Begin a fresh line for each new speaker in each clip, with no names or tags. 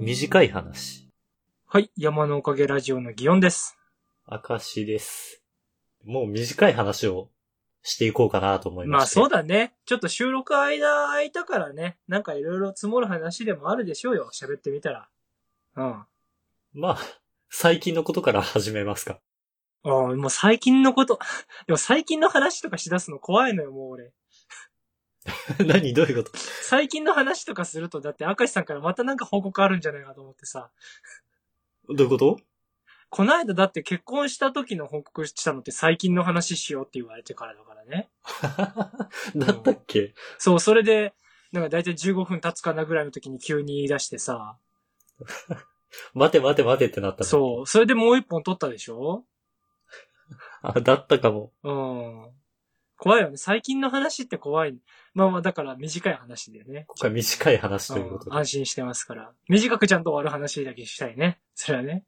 短い話。
はい、山のおかげラジオの祇園です。
証です。もう短い話をしていこうかなと思い
ま
ま
あ
して。
そうだね。ちょっと収録間空いたからね、なんかいろいろ積もる話でもあるでしょうよ、喋ってみたら。うん。あ
まあ、最近のことから始めますか。
あ、もう最近のこと、 でも最近の話とかしだすの怖いのよ、もう俺。
何どういうこと
最近の話とかすると、だって明石さんからまたなんか報告あるんじゃないかと思ってさ。
どういうこと
この間だって結婚した時の報告したのって最近の話しようって言われてからだからね。
だったっけ、
そう、それで、なんか大体15分経つかなぐらいの時に急に言い出してさ。
待て待て待てってなったの
そう、それでもう一本取ったでしょ
あ、だったかも。
うん。怖いよね。最近の話って怖い。まあまあ、だから短い話でね。
今回短い話ということ
うん
で。
安心してますから。短くちゃんと終わる話だけしたいね。それはね。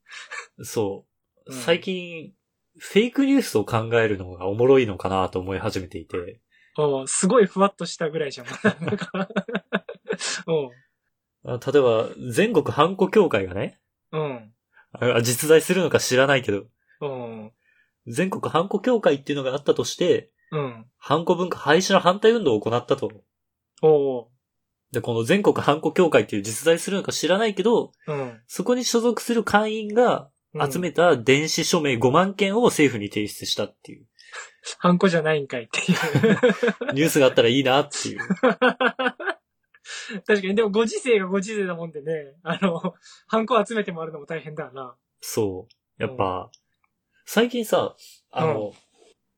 そう。
うん
最近、フェイクニュースを考えるのがおもろいのかなと思い始めていて、
おうすごいふわっとしたぐらいじゃん。 なんかおう
あ例えば、全国ハンコ協会がね、
うん。
あ実在するのか知らないけど、
うん。
全国ハンコ協会っていうのがあったとして、
うん。
ハンコ文化廃止の反対運動を行ったと。
おう
で、この全国ハンコ協会っていう実在するのか知らないけど、
うん。
そこに所属する会員が
うん
集。めた電子署名5万件を政府に提出したっていう、
ハンコじゃないんかいっていう。
ニュースがあったらいいなっていう。
確かに、でもご時世がご時世だもんでね、あの、ハンコ集めてもあるのも大変だな。
そう。やっぱ、最近さ、あの、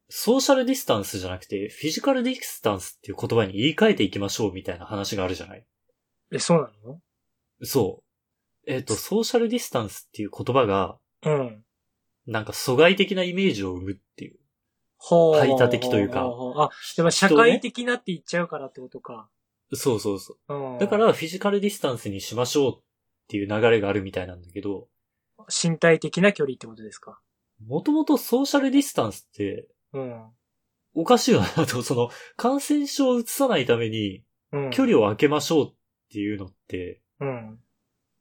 ソーシャルディスタンスじゃなくて、フィジカルディスタンスっていう言葉に言い換えていきましょうみたいな話があるじゃない
え、そう
そう。えっ、と、ソーシャルディスタンスっていう言葉が、
なのうん。
なんか疎外的なイメージを生むっていう。
ほう
排他的というか
ほほうほうあ、でも社会的なって言っちゃうからってことか。
そうそうそう。
うん。
だか、らフィジカルディスタンスにしましょうっていう流れがあるみたいなんだけど、
身体的な距離ってことですか。
もともとソーシャルディスタンスって
うん。
おかしいよなと、その感染症をうつさないために
うん。
距離を空けましょうっていうのって、
うん。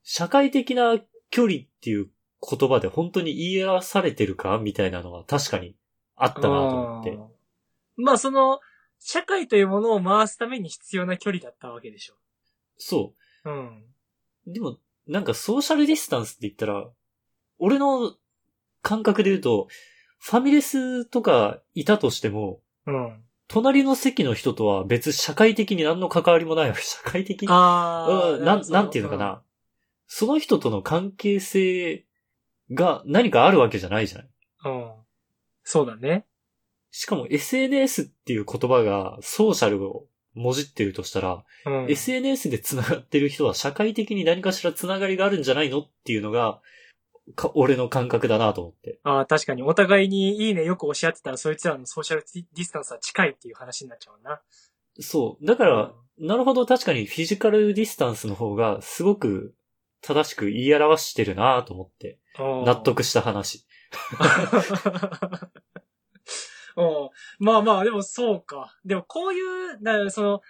社会的な距離っていう言葉で本当に言い表されてるかみたいなのは確かにあったなと思って。
うんまあ、その、社会というものを回すために必要な距離だったわけでしょ。
そう。
うん。
でも、なんかソーシャルディスタンスって言ったら、俺の感覚で言うと、ファミレスとかいたとしても、
うん。
隣の席の人とは別社会的に何の関わりもないわけ。 社会的
あ
う
あ。
んな
る
ん、
ほど
なんていうのかな、。その人との関係性が何かあるわけじゃないじゃない。
うん。うんそうだね。
しかも SNS っていう言葉がソーシャルをもじってるとしたら、
うん。
SNS で繋がってる人は社会的に何かしら繋がりがあるんじゃないのっていうのが、か俺の感覚だなと思って。
ああ、確かに。お互いにいいねよく押し合ってたら、そいつらのソーシャルディスタンスは近いっていう話になっちゃうな。
そう。だから、なるほど、確かにフィジカルディスタンスの方がすごく正しく言い表してるなと思って、
うん
納。得した話。
うんまあまあ、でもそうか。でもこういう、だからその、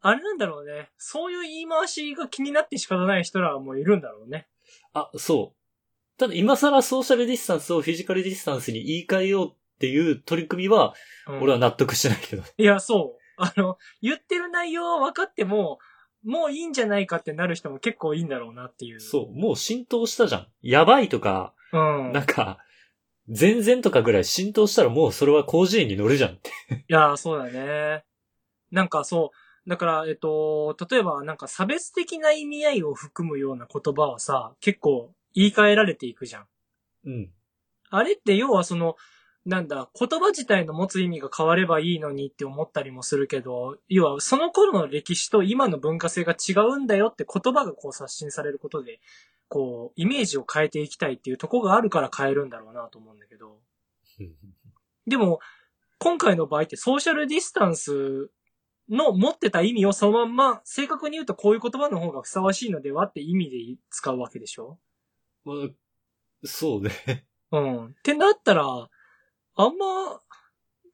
あれなんだろうね。そういう言い回しが気になって仕方ない人らもいるんだろうね。
あ、そう。ただ今更ソーシャルディスタンスをフィジカルディスタンスに言い換えようっていう取り組みは、
うん
俺は納得してないけど。
いや、そう。あの、言ってる内容は分かっても、もういいんじゃないかってなる人も結構いいんだろうなっていう。
そう、もう浸透したじゃん。やばいとか、
う。うん。
なんか、全然とかぐらい浸透したらもうそれは工事園に乗るじゃんって。
いやー、そうだね。なんかそう、だから、えっと、例えばなんか差別的な意味合いを含むような言葉はさ、結構言い換えられていくじゃん。
うん。
あれって要はその、なんだ、言葉自体の持つ意味が変わればいいのにって思ったりもするけど、要はその頃の歴史と今の文化性が違うんだよって言葉がこう刷新されることで、こう、イメージを変えていきたいっていうところがあるから変えるんだろうなと思うんだけど。でも、今回の場合ってソーシャルディスタンスの持ってた意味をそのまんま、正確に言うとこういう言葉の方がふさわしいのではって意味で使うわけでしょ
まあそうね。
うん。ってなったら、あんま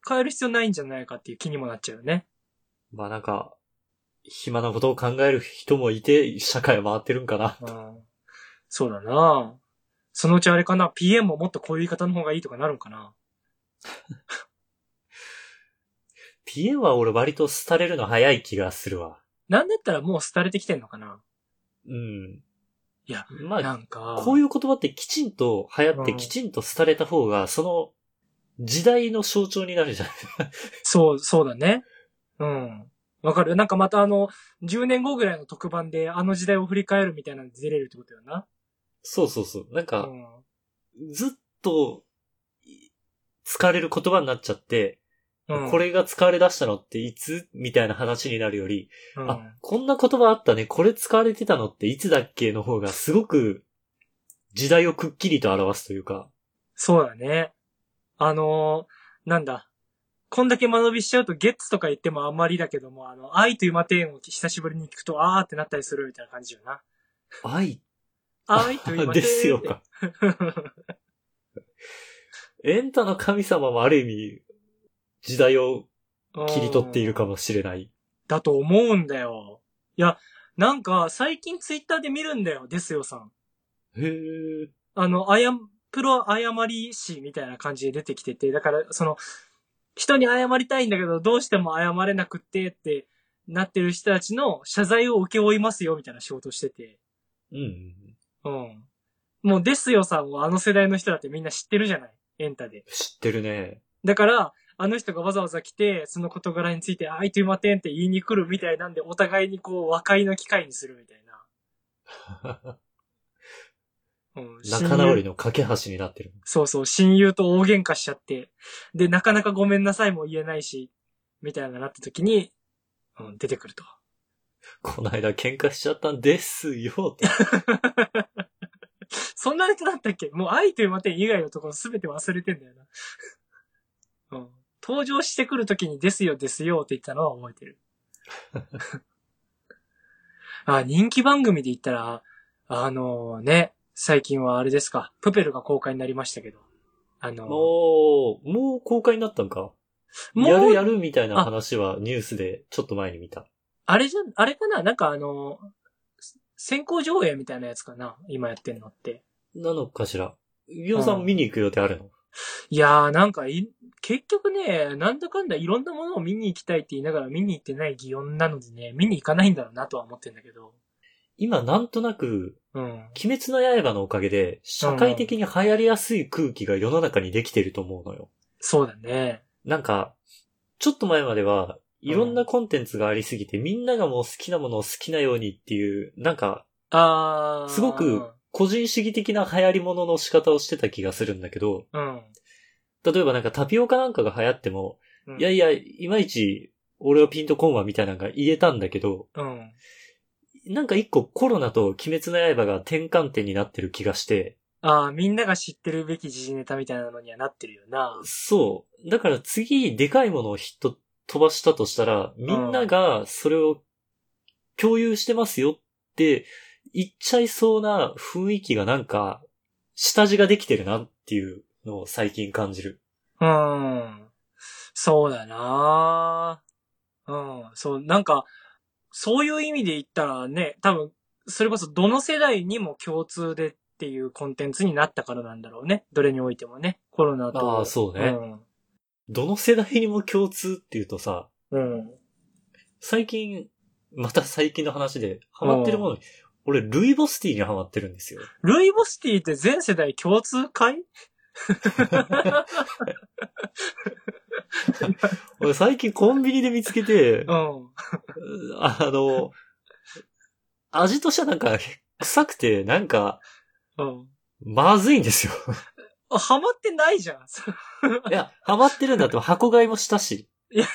変える必要ないんじゃないかっていう気にもなっちゃうよね。
まあなんか、暇なことを考える人もいて、社会は回ってるんかな。
うん。そうだなそのうちあれかな ?PM ももっとこういう言い方の方がいいとかなるんかな
PM は俺割と廃れるの早い気がするわ。
なんだったらもう廃れてきてんのかな
うん。
いや、
まあ、
なんか。
こういう言葉ってきちんと流行って
うん
きちんと廃れた方が、その時代の象徴になるじゃん。
そう、そうだね。うん。わかる。なんかまたあの、10年後ぐらいの特番であの時代を振り返るみたいなの出れるってことよな。
そうそうそう。なん
う
か、
ん。
ずっと、い疲れる言葉になっちゃって、
うん、
こ、れが使われ出したのっていつみたいな話になるより、
うん、
あ、こんな言葉あったね、これ使われてたのっていつだっけの方がすごく時代をくっきりと表すというか、
そうだね。あのーなんだ。こんだけ間延びしちゃうとゲッツとか言ってもあんまりだけども、あの、愛というマテーンを久しぶりに聞くと、あーってなったりするみたいな感じよな。
愛
愛というマ テーン。
ですよ。 か。エンタの神様もある意味、時代を切り取っているか
も。
もしれない。
だと思うんだよ。いや、なんか最近ツイッターで見るんだよ、ですよさん。
へえ。
あの、あや、プロ謝り師みたいな感じで出てきてて、だから、その、人に謝りたいんだけど、どうしても謝れなくってってなってる人たちの謝罪を請け負いますよ、みたいな仕事してて。
うん。
うん。もう、ですよさんはあの世代の人だってみんな知ってるじゃないエンタで。
知ってるね。
だから、あの人がわざわざ来て、その事柄について、あいというまてんって言いに来るみたいなんで、お互いにこう、和解の機会にするみたいな。うん、
仲直りの架け橋になってる。
そうそう、親友と大喧嘩しちゃって、で、なかなかごめんなさいも言えないし、みたいななった時に、うん、出てくると。
こないだ喧嘩しちゃったんですよ、って。
そんなネタだったっけもう愛というまて以外のところすべて忘れてんだよな。 うん。登場してくる時にですよですよって言ったのは覚えて る。あ、人気番組で言ったら、あのね、最近はあれですか、プペルが公開になりましたけど。あの
もう、もう公開になったんか。
もう
やるやるみたいな話はニュースでちょっと前に見た。
あれじゃ、あれかななんかあの、せ先行上映みたいなやつかな今やってんのって。
なのかしら。ギョウさん見に行く予定あるの、
いやーなんかい、結局ね、なんだかんだいろんなものを見に行きたいって言いながら見に行ってない祇園なのでね、見に行かないんだろうなとは思ってんだけど。
今なんとなく、
うん。
鬼滅の刃のおかげで、社会的に流行りやすい空気が世の中にできてると思うのよ。
そうだね。
なんか、ちょっと前までは、いろんなコンテンツがありすぎて、みんながもう好きなものを好きなようにっていう、なんか、
あー。
すごく個人主義的な流行り物の仕方をしてた気がするんだけど、
うん。
例えばなんかタピオカなんかが流行っても、
うん。
いやいや、いまいち俺はピンとこんわみたいなのが言えたんだけど、
うん。
なんか一個コロナと鬼滅の刃が転換点になってる気がして、
あー、みんなが知ってるべき時事ネタみたいなのにはなってるよな。
そう。だから次でかいものをヒット飛ばしたとしたら、みんながそれを共有してますよって言っちゃいそうな雰囲気がなんか、下地ができてるなっていうのを最近感じる。
うん。そうだなうん。そう、なんか、そういう意味で言ったらね、多分、それこそどの世代にも共通でっていうコンテンツになったからなんだろうね。どれにおいてもね。コロナと。
ああ、そうね、どの世代にも共通っていうとさ、
うん。うん。
最近、また最近の話で、ハマってるものに、俺、ルイボスティーにハマってるんですよ。
ルイボスティーって全世代共通かい
俺、最近コンビニで見つけて
う、ん。
あの、味としてはなんか、臭くて、なんか、
うん。
まずいんですよ。
あハマってないじゃん。 そう
いや、ハマってるんだって、箱買いもしたし。
いや、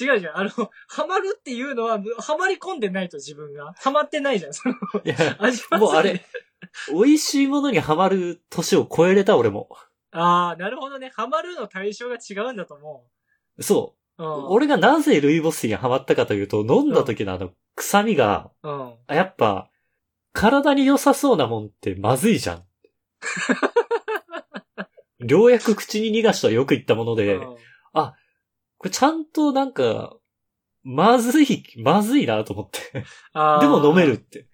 違うじゃん。あの、ハマるっていうのは、ハマり込んでないと自分が。ハマってないじゃん。その
いや、
味わ
もうあ
ずに
れ、美味しいものにハマる年を超えれた、俺も。
ああ、なるほどね。ハマるの対象が違うんだと思。
そう
う
う。
ん。
俺がなぜルイボスティーにハマったかというと、飲んだ時のあの、臭みが、
うん。
あやっぱ、体に良さそうなもんってまずいじゃ ん。良薬口に逃がしとはよく言ったもので、
うん
これちゃんとなんか、まずい、まずいなと思って。
あー
でも飲めるっ。て。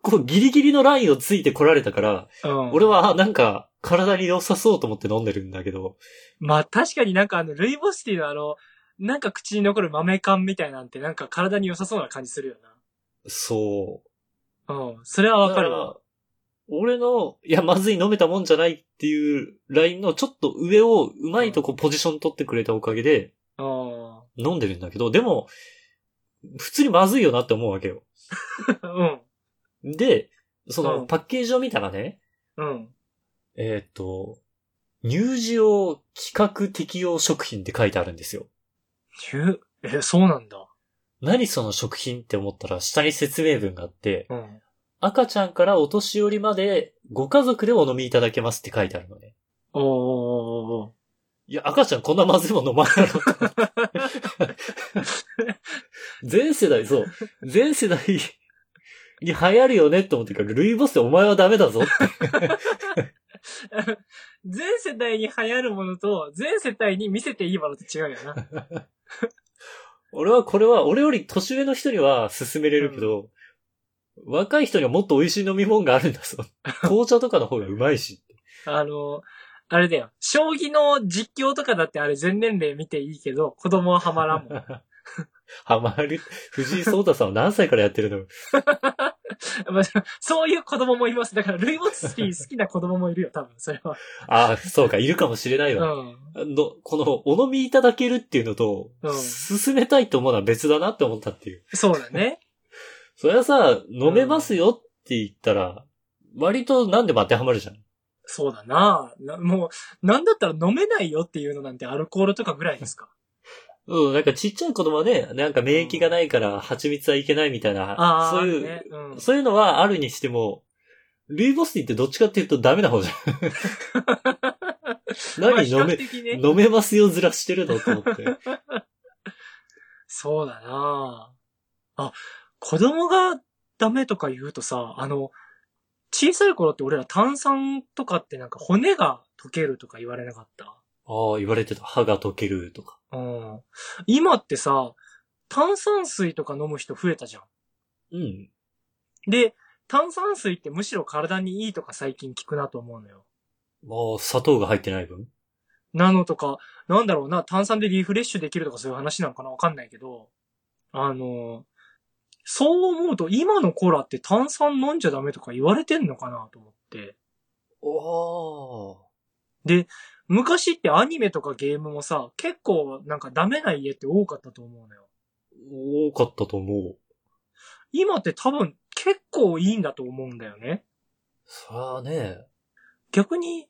こうギリギリのラインをついて来られたから、
うん。
俺はなんか体に良さそうと思って飲んでるんだけど、
まあ確かになんかあの、ルイボスティーのあの、なんか口に残る豆感みたいなんてなんか体に良さそうな感じするよ
そう。
な。うん。それはわかる
だ
わ。
ら俺の、いや、まずい飲めたもんじゃないっていうラインのちょっと上をうまいとこポジション取ってくれたおかげで
うん。
飲んでるんだけど、でも、普通にまずいよなって思うわけよ。
うん。
で、その
うん
パッケージを見たらね、
うん。
えーっと、乳児用規格適用食品って書いてあるんですよ。
中え、そうなんだ。
何その食品って思ったら下に説明文があって、
うん。
赤ちゃんからお年寄りまでご家族でお飲みいただけますって書いてあるのね。
おーお
いや、赤ちゃんこんなまずいもの飲まないの か。全世代、そう。全世代に流行るよねって思ってるから、ルイボスってお前はダメだぞって。
ーおーおー 全世代に流行るものと、全世代に見せていいものって違うよな。
俺はこれは、俺より年上の人には勧めれるけど、若い人にはもっと美味しい飲み物があるんだぞ。紅茶とかの方がうまいし。
あの、あれだよ。将棋の実況とかだってあれ全年齢見ていいけど、子供はハマらんもん。
ハマる。藤井聡太さんは何歳からやってるの
まあそういう子供もいます。だから、ルイボスティー好きな子供もいるよ、多分、それは。
ああ、そうか、いるかもしれな いうわ。
ん。
の、この、お飲みいただけるっていうのと、
うん
進めたいと思うのは別だなって思ったっていう。
そうだね。
それはさ、飲めますよって言ったら、割と何でも当てはまるじゃん。
そうだななもう、なんだったら飲めないよっていうのなんてアルコールとかぐらいですか。
うん、なんかちっちゃい子供はね、なんか免疫がないから蜂蜜はいけないみたいな
あ、あ、
そう
ある
い
ね
う、
うん。
そういうのはあるにしても、ルイボスティーってどっちかっていうとダメな方じ ゃん。
まあ
何
比
飲め
較、的ね。
飲めますよずらしてるのと 思って。
そうだなああ、子供がダメとか言うとさ、あの、小さい頃って俺ら炭酸とかってなんか骨が溶けるとか言われなかった。
ああ、言われてた。歯が溶けるとか。
うん。今ってさ、炭酸水とか飲む人増えたじゃん。
うん。
で、炭酸水ってむしろ体にいいとか最近聞くなと思うのよ。
まあ、砂糖が入ってない分。
なのとか、なんだろうな、炭酸でリフレッシュできるとかそういう話なんかなわかんないけど、あの、そう思うと今のコーラって炭酸飲んじゃダメとか言われてんのかなと思って。
おあ。
昔ってアニメとかゲームもさ、結構なんかダメな家って多かったと思うのよ。
多かったと思う。
今って多分結構いいんだと思うんだよね。
そりゃね。
逆に、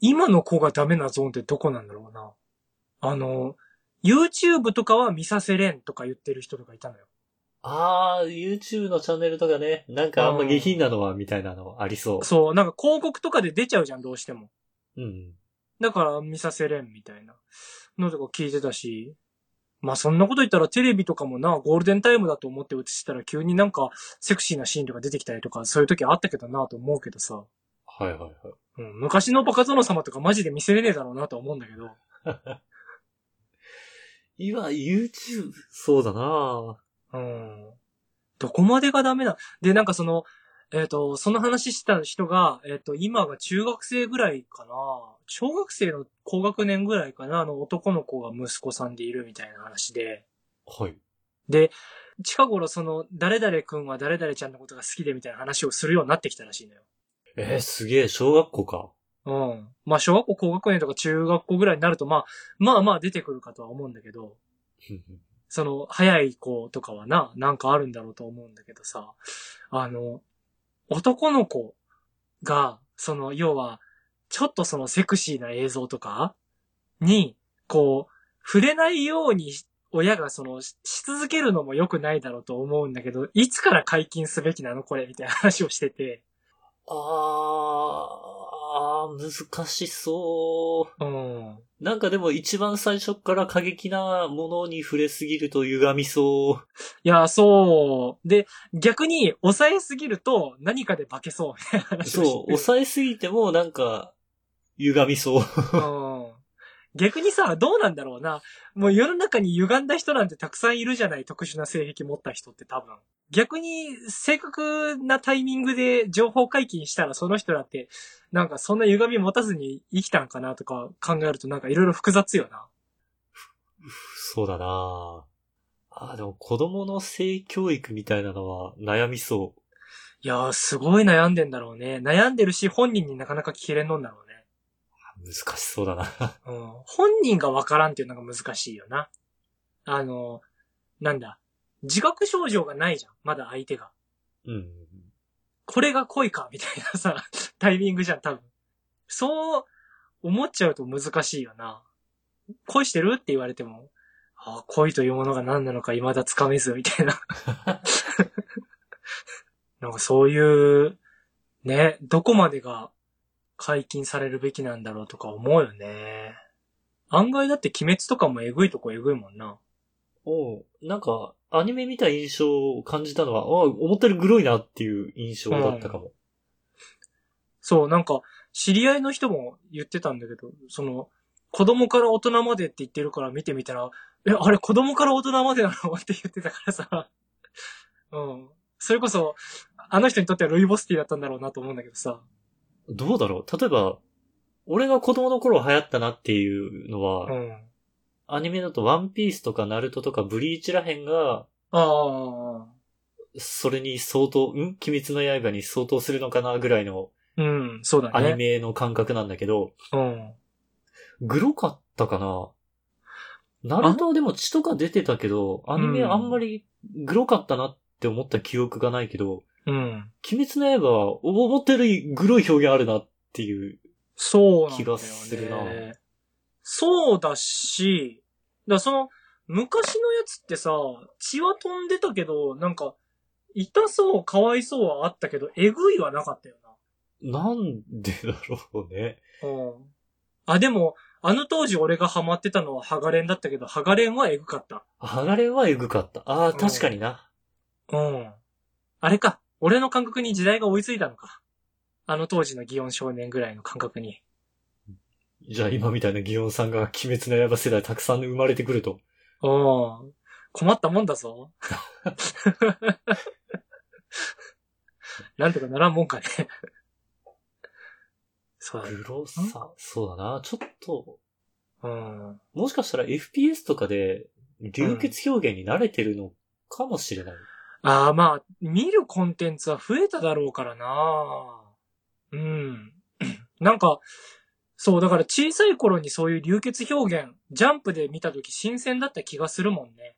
今の子がダメなゾーンってどこなんだろうな。あの、YouTube とかは見させれんとか言ってる人とかいたのよ。
ああ、YouTube のチャンネルとかね、なんかあんま下品なのは、みたいなのありそう。
そう、なんか広告とかで出ちゃうじゃん、どうしても。
うん。
だから見させれんみたいなのとか聞いてたし。まあそんなこと言ったらテレビとかもな、ゴールデンタイムだと思って映してたら急になんかセクシーなシーンとか出てきたりとか、そういう時あったけどなと思うけどさ。
はいはいはい。
うん、昔のバカ殿様とかマジで見せれねえだろうなと思うんだけど。
今、YouTube、そうだな
うん。どこまでがダメな。で、なんかその、えっ、と、その話した人が、えっ、と、今が中学生ぐらいかな。小学生の高学年ぐらいかな。あの男の子が息子さんでいるみたいな話で。
はい。
で、近頃その、誰々くんは誰々ちゃんのことが好きでみたいな話をするようになってきたらしいのよ。
えー、すげえ、小学校か。
うん。まあ、小学校高学年とか中学校ぐらいになると、まあ、まあまあ出てくるかとは思うんだけど。その、早い子とかはな、なんかあるんだろうと思うんだけどさ、あの、男の子が、その、要は、ちょっとそのセクシーな映像とかに、こう、触れないように、親がその、しし続けるのも良くないだろうと思うんだけど、いつから解禁すべきなのこれ、みたいな話をしてて、
ああ、難しそう。
うん。
なんかでも一番最初から過激なものに触れすぎると歪み そう。
いや、そう。で、逆に、抑えすぎると、何かで化けそう、みたいな話をして
そう、
て
抑えすぎてもなんか、歪みそう。
うん。逆にさ、どうなんだろうな。もう世の中に歪んだ人なんてたくさんいるじゃない、特殊な性癖持った人って多分。逆に、正確なタイミングで情報解禁したらその人だって、なんかそんな歪み持たずに生きたんかなとか考えるとなんかいろいろ複雑よな。
そうだなあーでも子供の性教育みたいなのは悩みそ
いやー、すごい悩んでんだろうね。悩んでるし、本人になかなか聞けれんのんだろうね。
う。難しそうだな。
うん本人がわからんっていうのが難しいよな。あの、なんだ。自覚症状がないじゃん。まだ相手が。
うん。
これが恋か、みたいなさ、 タイミングじゃん、多分。そう思っちゃうと難しいよな。恋してるって言われても、ああ恋というものが何なのか未だつかめず、みたいな。 なんかそういう、ね、どこまでが解禁されるべきなんだろうとか思うよね。案外だって鬼滅とかもえぐいとこえぐいもんな。
おうなんか、アニメ見た印象を感じたのは、ああ、思ったよりグロいなっていう印象だったかも。
そう、なんか、知り合いの人も言ってたんだけど、その、子供から大人までって言ってるから見てみたら、え、あれ子供から大人までなの って言ってたからさ。うん。それこそ、あの人にとってはルイボスティーだったんだろうなと思うんだけどさ。
どうだろう例えば、俺が子供の頃流行ったなっていうのは、
うん。あ
アニメだとワンピースとかナルトとかブリーチらへんが、
あ。
それに相当、ん鬼滅の刃に相当するのかなぐらいの
うん、そうだね。
アニメの感覚なんだけど、
うん。
グロかったかなナルトはでも血とか出てたけど、アニメあんまりグロかったなって思った記憶がないけど、
うん。
鬼滅の刃は思ったよりグロい表現あるなっていう。
そうなんだよね。
気がするな
そうだし、だからその、昔のやつってさ、血は飛んでたけど、なんか、痛そう、かわいそうはあったけど、えぐいはなかったよ
なんでだろうね。
な。うん。あ、でも、あの当時俺がハマってたのはハガレンだったけど、ハガレンはえぐかった。
剥がれはエグかった。ああ、確かにな。
うん。あれか。俺の感覚に時代が追いついたのか。あの当時の祇園少年ぐらいの感覚に。
じゃあ今みたいな祇園さんが鬼滅の刃世代たくさん生まれてくると。
うん。困ったもんだぞ。 なんとかならんもんかね。そうだね
グロさ、そうだな。ちょっと、
うん。
もしかしたら FPS とかで流血表現に慣れてるのかもしれない。
ああ、まあ、見るコンテンツは増えただろうからな。うん。 なんか、そう、だから小さい頃にそういう流血表現、ジャンプで見た時新鮮だった気がするもんね。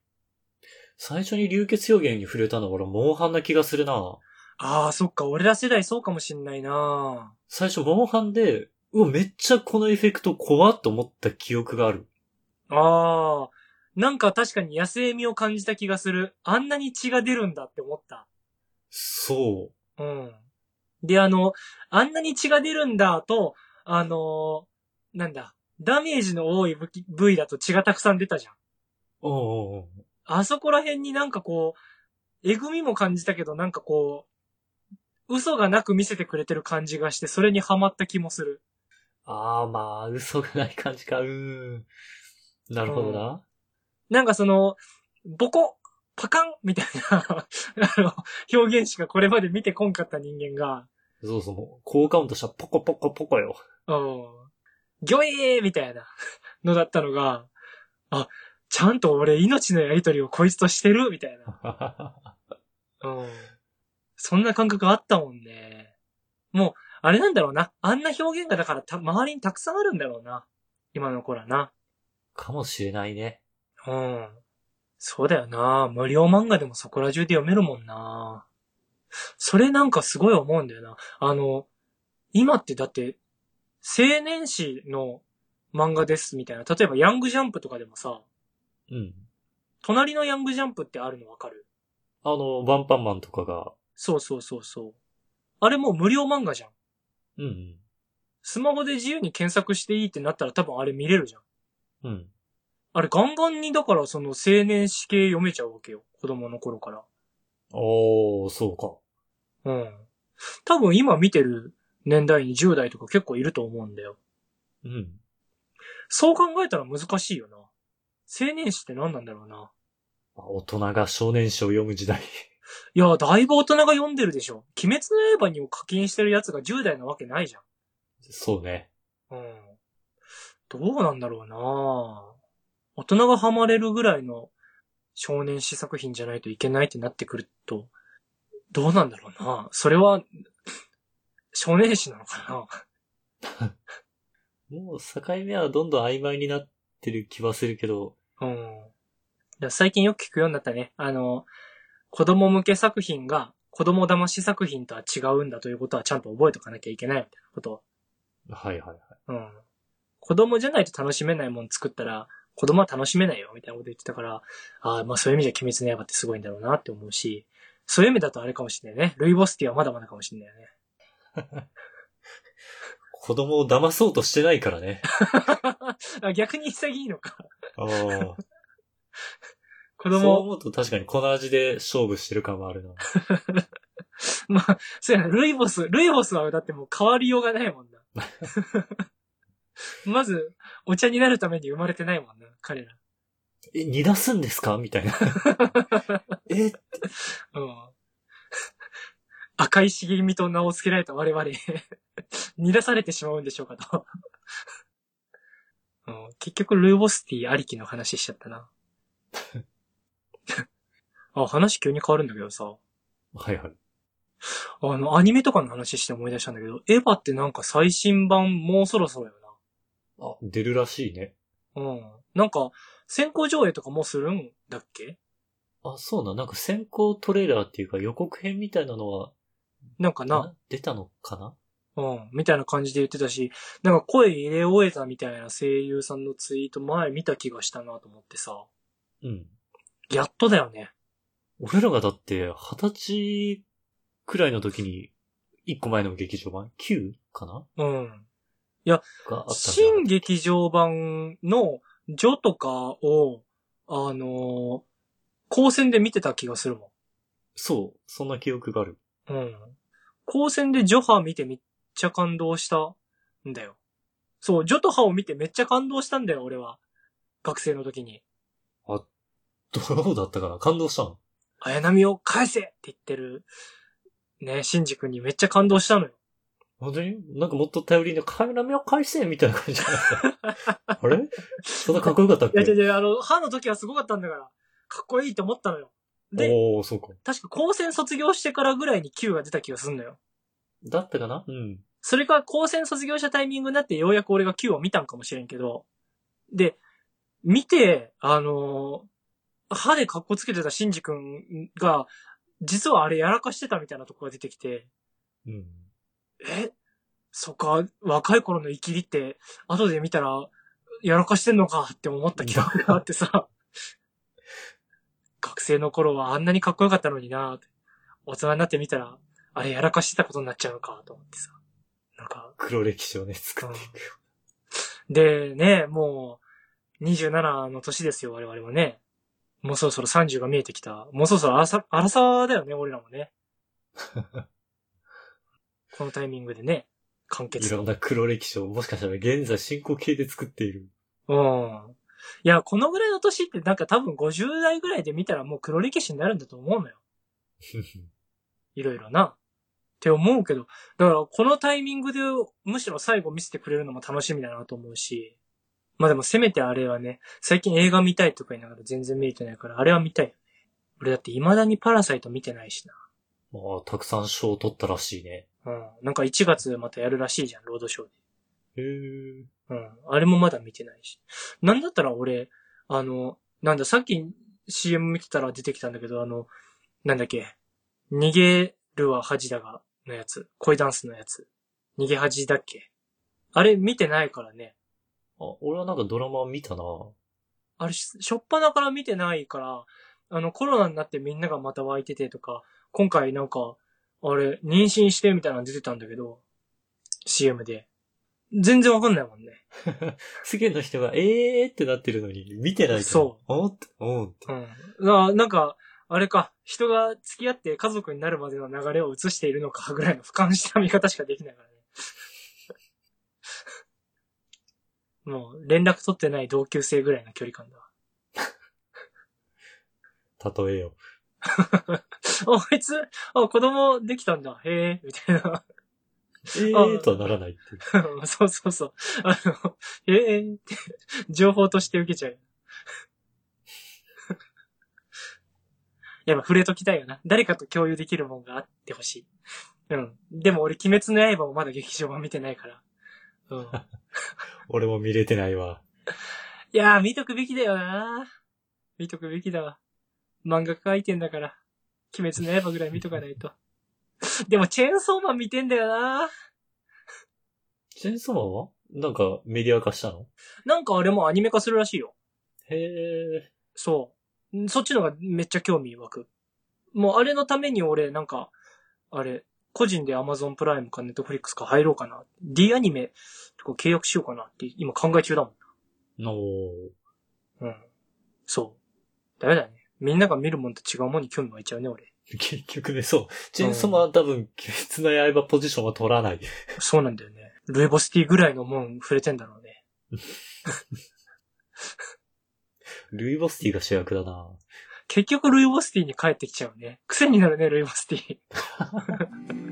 最初に流血表現に触れたのは俺、モンハンな気がするな。
ああ、そっか、俺ら世代そうかもしんないな。
最初、モンハンで、うわ、めっちゃこのエフェクト怖っと思った記憶がある。
ああ、なんか確かに野生味を感じた気がする。あんなに血が出るんだって思った。
そう。
うん。で、あの、あんなに血が出るんだと、あのーなんだ、ダメージの多い武器部位だと血がたくさん出たじゃん。
おうんうんうん。
あそこら辺になんかこう、えぐみも感じたけど、なんかこう、嘘がなく見せてくれてる感じがして、それにハマった気もする。
ああ、まあ、嘘がない感じか。うーん。なるほどな。
なんかその、ボコ、パカンみたいな、 あの、表現しかこれまで見てこんかった人間が、
そうそうもう。効果音としてはポコポコポコよ。
うん。ギョエーみたいなのだったのが、あ、ちゃんと俺命のやりとりをこいつとしてるみたいな。うん。そんな感覚あったもんね。もう、あれなんだろうな。あんな表現がだからた、周りにたくさんあるんだろうな。今の子らな。
かもしれないね。
うん。そうだよな。無料漫画でもそこら中で読めるもんな。それなんかすごい思うんだよな。あの、今ってだって、青年誌の漫画ですみたいな。例えばヤングジャンプとかでもさ、
うん。
隣のヤングジャンプってあるのわかる
あの、ワンパンマンとかが。
そうそうそうそう。あれもう無料漫画じゃん。
うん
スマホで自由に検索していいってなったら多分あれ見れるじゃん。
うん。うん。
あれガンガンにだからその青年誌系読めちゃうわけよ。子供の頃から。
おー、そうか。
うん。多分今見てる年代に10代とか結構いると思うんだよ。
うん。
そう考えたら難しいよな。青年誌って何なんだろうな。
まあ大人が少年誌を読む時代。
いや、だいぶ大人が読んでるでしょ。鬼滅の刃にも課金してるやつが10代なわけないじゃ
そうね。
ん。うん。どうなんだろうな大人がハマれるぐらいの少年誌作品じゃないといけないってなってくると、どうなんだろうなそれは、少年誌なのかな
もう境目はどんどん曖昧になってる気はするけど、
うん。だから最近よく聞くようになったね。あの、子供向け作品が子供騙し作品とは違うんだということはちゃんと覚えとかなきゃいけないみたいなことを。
はいはいはい。
うん。子供じゃないと楽しめないもの作ったら、子供は楽しめないよみたいなこと言ってたから、ああ、まあそういう意味じゃ鬼滅の刃ってすごいんだろうなって思うし、そういう意味だとあれかもしれないね。ルイボスティーはまだまだかもしれないよね。
子供を騙そうとしてないからね。
あ 逆に潔いのか。
あ あ。
子
そう
供を
思うと確かにこの味で勝負してる感はあるな。
まあ、そうやな、ルイボス、ルイボスはだってもう変わりようがないもんな。まず、お茶になるために生まれてないもんな、彼ら。
え、煮出すんですかみたいな。え、
うん。 赤い茂みと名を付けられた我々、 煮出されてしまうんでしょうかと。うん、結局、ルイボスティーありきの話しちゃったな。 あ、話急に変わるんだけどさ。
はいはい。
あの、アニメとかの話して思い出したんだけど、エヴァってなんか最新版もうそろそろよ
あ、出るらしいね。
な。うん。なんか、先行上映とかもうするんだっけ
あ、そうなん。なんか先行トレーラーっていうか予告編みたいなのは、
なんかな、
出たのかな
うん、みたいな感じで言ってたし、なんか声入れ終えたみたいな声優さんのツイート前見た気がしたなと思ってさ、
うん。
やっとだよね。
俺らがだって、二十歳くらいの時に、一個前の劇場版 ?9? かな
うん。
があったんじゃな
新劇場版のジョとかを、あのー高専で見てた気がするもん。
そう。そんな記憶がある。
うん。高専でジョハ見てめっちゃ感動したんだよ。そう、ジョとハを見てめっちゃ感動したんだよ、俺は。学生の時に。
どうだったかな感動したの
綾波を返せって言ってる、ね、シンジ君にめっちゃ感動したのよ。
本当になんかもっと頼りに、カメラ目を返せみたいな感じじゃなかった。 あれそんなかっこよかったっ
いや、いや
け
いや、あの、ハの時はすごかったんだから、かっこいいと思ったのよ。で、
おー、そうか。
確か高専卒業してからぐらいに Q が出た気がすんのよ。
だったかなうん。
それが高専卒業したタイミングになってようやく俺が Q を見たんかもしれんけど、で、見て、あのー歯で格好つけてたシンジ君が、実はあれやらかしてたみたいなとこが出てきて、
うん。
えそっか、若い頃のイキリって、後で見たら、やらかしてんのかって思った記憶があってさ、 学生の頃はあんなにかっこよかったのになって大人になってみたら、あれやらかしてたことになっちゃうのかと思ってさ、なんか、
黒歴史をね、作っていく。
で、ね、もう、27の年ですよ、我々はね。もうそろそろ30が見えてきた。もうそろそろ荒さ、荒さだよね、俺らも ね。このタイミングでね、完
い
結。
ろんな黒歴史を、もしかしたら現在進行形で作っている。
うん。いや、このぐらいの年ってなんか多分50代ぐらいで見たらもう黒歴史になるんだと思うのよ。いろいろな。って思うけど、だからこのタイミングでむしろ最後見せてくれるのも楽しみだなと思うし、まあでもせめてあれはね、最近映画見たいとか言いながら全然見れてないから、あれは見たいよね。俺だって未だにパラサイト見てないし
まあ、たくさん賞を取ったらしいね。
な。うん。なんか1月またやるらしいじゃん、ロードショーで。
へえ。
うん。あれもまだ見てないし。なんだったら俺、あの、なんだ、さっき CM 見てたら出てきたんだけど、あの、なんだっけ、逃げるは恥だが、のやつ。恋ダンスのやつ。逃げ恥だっけあれ見てないからね。
あ、俺はなんかドラマ見たな。
あれ、ししょっぱなから見てないから、あの、コロナになってみんながまた湧いててとか、今回なんか、あれ、妊娠してみたいなの出てたんだけど、CM で。全然わかんないもんね。
世間の人が、えーってなってるのに、見てないから。
そう
おんって、おんって。
うん。あなんか、あれか、人が付き合って家族になるまでの流れを映しているのかぐらいの俯瞰した見方しかできないからね。 もう連絡取ってない同級生ぐらいの距離感だわ。
例えよ
あ、あいつ、あ、子供できたんだ。へえ、みたいな。
う。ええー、とはならないっていう。
そうそうそう。あの、ええって、情報として受けちゃう。 やっぱ触れときたいよな。誰かと共有できるもんがあってほしい。うん。でも俺、鬼滅の刃をまだ劇場版見てないから。うん。
俺も見れてないわ。
いやー、見とくべきだよな見とくべきだわ。漫画書いてんだから。鬼滅の刃ぐらい見とかないと。でも、チェーンソーマン見てんだよな
チェーンソーマンはなんかメディア化したの
なんかあれもアニメ化するらしいよ。
へえ。
そう。んそっちのがめっちゃ興味湧く。もうあれのために俺、なんか、あれ、個人で Amazon プライムか Netflix か入ろうかな。D アニメとか契約しようかなって今考え中だも
のー
ん。うん。そう。ダメだね。みんなが見るもんと違うもんに興味湧いちゃうね、俺。
結局ね、そう。チェーンソーマンは多分、 鬼滅の刃ポジションは取らない。
そうなんだよね。ルイボスティーぐらいのもん触れてんだろうね。
ルイボスティが主役だな
結局ルイボスティーに帰ってきちゃうね。癖になるね、ルイボスティ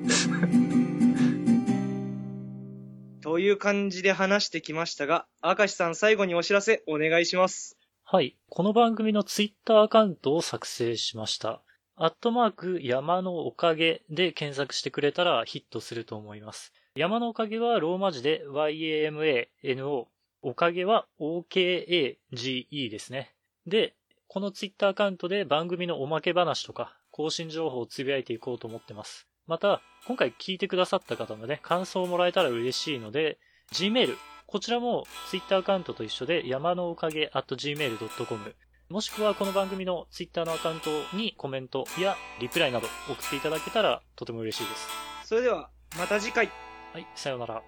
ー。
という感じで話してきましたが、明石さん最後にお知らせお願いします。
はい。この番組のツイッターアカウントを作成しました。アットマーク山のおかげで検索してくれたらヒットすると思います。山のおかげはローマ字で YAMANO。おかげは OKAGE ですね。で、このツイッターアカウントで番組のおまけ話とか更新情報をつぶやいていこうと思ってます。また、今回聞いてくださった方のね、感想をもらえたら嬉しいので、Gmail、こちらも Twitter アカウントと一緒で山のおかげ at gmail.com もしくはこの番組の Twitter のアカウントにコメントやリプライなど送っていただけたらとても嬉しいです。
それでは、また次回。
はい、さようなら。